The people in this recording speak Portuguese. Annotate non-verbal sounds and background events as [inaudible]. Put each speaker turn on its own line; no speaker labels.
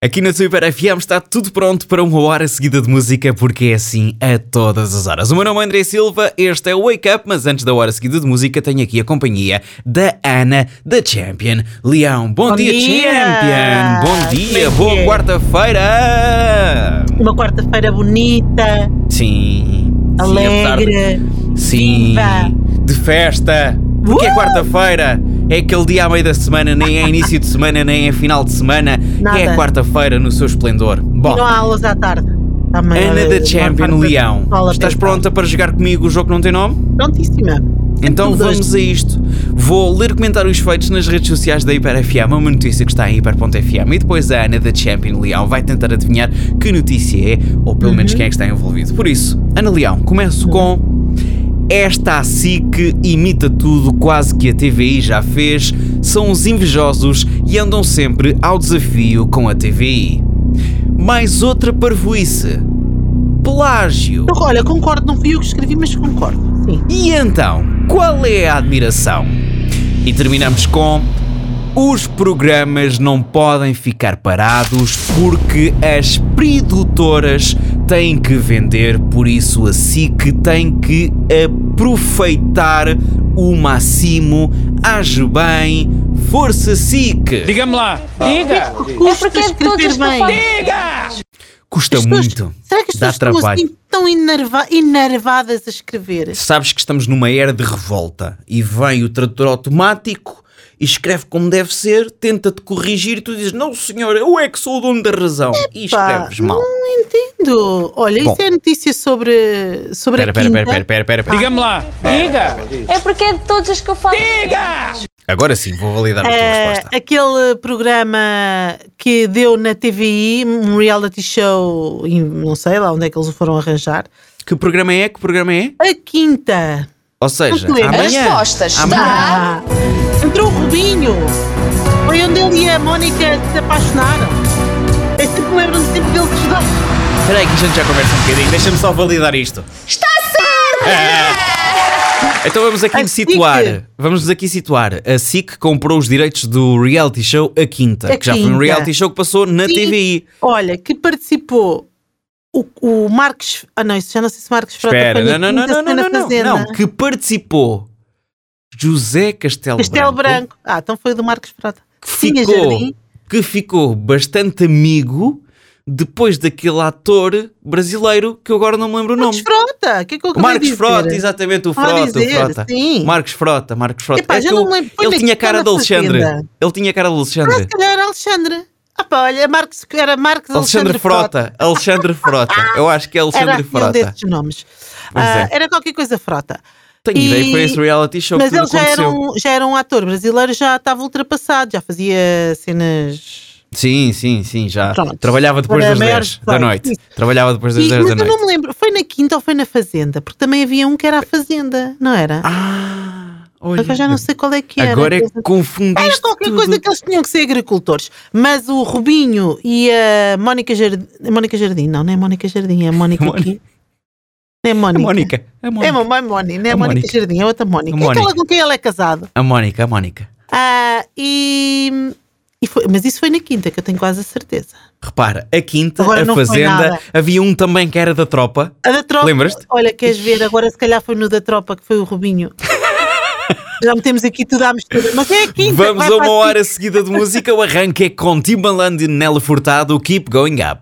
Aqui na Super FM está tudo pronto para uma hora seguida de música, porque é assim a todas as horas. O meu nome é André Silva, este é o Wake Up, mas antes da hora seguida de música tenho aqui a companhia da Ana, da Champion. Leão, bom,
Bom
dia,
dia!
Champion! Bom dia, boa
Bem-vindo.
quarta-feira!
Uma quarta-feira bonita,
Sim. sim, apesar de-
alegre.
Sim.
Viva!
De festa. Porque é
Uh!
quarta-feira. É aquele dia à meio da semana, nem é início de semana, nem é final de semana.
Nada.
É quarta-feira no seu esplendor. Bom,
E não há aulas à tarde. Amanhã
Ana
é
da
uma
Champion
quarta-
Leão.
Fala,
Estás
pessoal.
pronta para jogar comigo o jogo que não tem nome?
Prontíssima.
Então
tudo
vamos a isto. Vou ler comentários feitos nas redes sociais da Hiper FM, uma notícia que está em hiper.fm, e depois a Ana da Champion Leão vai tentar adivinhar que notícia é, ou pelo menos quem é que está envolvido. Por isso, Ana Leão, começo com. Esta a SIC imita tudo quase que a TVI já fez, são os invejosos e andam sempre ao desafio com a TVI. Mais outra parvoíce. Plágio.
[laughs] Então, Olha, concordo, não fui eu que escrevi, mas concordo. Sim.
E então, qual é a admiração? E terminamos com. Os programas não podem ficar parados porque as produtoras têm que vender, por isso a SIC tem que aproveitar o máximo. Age bem, força SIC!
Diga-me lá. Diga.
Custa escrever bem.
Custa
As pessoas-
muito,
Será que as
dá
pessoas estão
trabalho.
assim tão enerva- enervadas a escrever?
Sabes que estamos numa era de revolta e vem o tradutor automático e escreve como deve ser, tenta-te corrigir e tu dizes: Não, senhor, eu é que sou o dono da razão. e
Pá,
escreves mal.
Não entendo. Olha,
Bom.
isso é notícia sobre, sobre
Pera,
a
pera,
quinta.
pera, pera, pera, pera, pera.
Diga-me lá. Diga.
É porque é de todos os que eu falo.
Agora sim, vou validar a tua
É,
resposta.
aquele programa que deu na TVI, um reality show, em- não sei lá onde é que eles o foram arranjar.
Que programa é? Que programa é?
A quinta.
Ou seja,
Não te lembro.
amanhã.
A resposta está-
amanhã-
Ah, entrou o Rubinho. Foi onde ele e a Mónica se apaixonaram. Eu sempre me lembro-me sempre deles os dois.
Espera aí que a gente já conversa um bocadinho. Deixa-me só validar isto. Está certo! Então vamos aqui
A
situar.
SIC.
Vamos nos aqui situar. A SIC comprou os direitos do reality show A Quinta,
A
que já foi um
Quinta.
reality show que passou na
Sim.
TVI.
Olha, que participou o, o Marcos. Ah, não, isso já não sei se Marcos Frota
Espera,
foi na
não, não, não,
quinta,
não,
se foi
não,
na
não, não,
Fazenda.
não, que participou José Castelo,
Castelo Branco. Ah, então foi o do Marcos Frota.
que
Tinha
ficou,
jardim.
que ficou bastante amigo depois daquele ator brasileiro que eu agora não me lembro o
Marcos
nome.
Frota, o que é que eu
O
acabei
Marcos
de dizer?
Frota, exatamente, o
Estava a
Frota, o
dizer,
Frota.
sim.
Marcos Frota, Marcos Frota.
Epá,
É
já
que
não
eu-
me lembro. Foi
ele
na
tinha
Quinta
cara de
da
Alexandre.
Fazenda.
Ele tinha cara de
Ah, se
Alexandre.
calhar era Alexandre. Ah, pá, olha, Marcos, era Marcos Alexandre,
Alexandre Frota, Alexandre Frota. Eu acho que é
Era
Alexandre
aquele
Frota.
desses nomes.
Pois
Ah,
é.
Era qualquer coisa Frota.
Tenho
E-
ideia que foi esse reality show que
Mas
tudo
ele já era,
aconteceu.
um, já era um ator brasileiro, já estava ultrapassado, já fazia cenas.
Sim, sim, sim, já.
Pronto.
Trabalhava depois
Para
das
maiores
10
de
da
18.
noite. Trabalhava depois das
E-
10
mas
da
eu não
noite.
me lembro, foi na Quinta ou foi na Fazenda? Porque também havia um que era a Fazenda, não era?
Ah, olha.
Agora já não sei qual é que era.
Agora é que
Era
confundiste
qualquer
tudo.
coisa que eles tinham que ser agricultores. Mas o Rubinho e a Mónica Jardim. Mónica Jardim, não, não é Mónica Jardim, é a
[laughs]
Mónica.
Mónica.
aqui. Não é
A
Mónica.
Mónica. A
É a
Mónica.
mamãe Mónica, não é
A
a Mónica,
Mónica.
Jardim, é outra Mónica.
A
É aquela
Mónica.
com quem ele é casado.
A Mónica, a Mónica.
Ah, e. e foi- mas isso foi na quinta, que eu tenho quase a certeza.
Repara, a quinta,
Agora
a
não foi
fazenda,
nada.
havia um também que era da tropa.
A da tropa.
Lembras-te?
Olha, queres ver? Agora se calhar foi no da tropa que foi
[laughs]
o Rubinho. Já metemos aqui tudo à mistura. Mas é a quinta.
Vamos
vai
a
para
uma
a
hora seguida de música. O arranque é com Timbaland e Nela Furtado. Keep going up.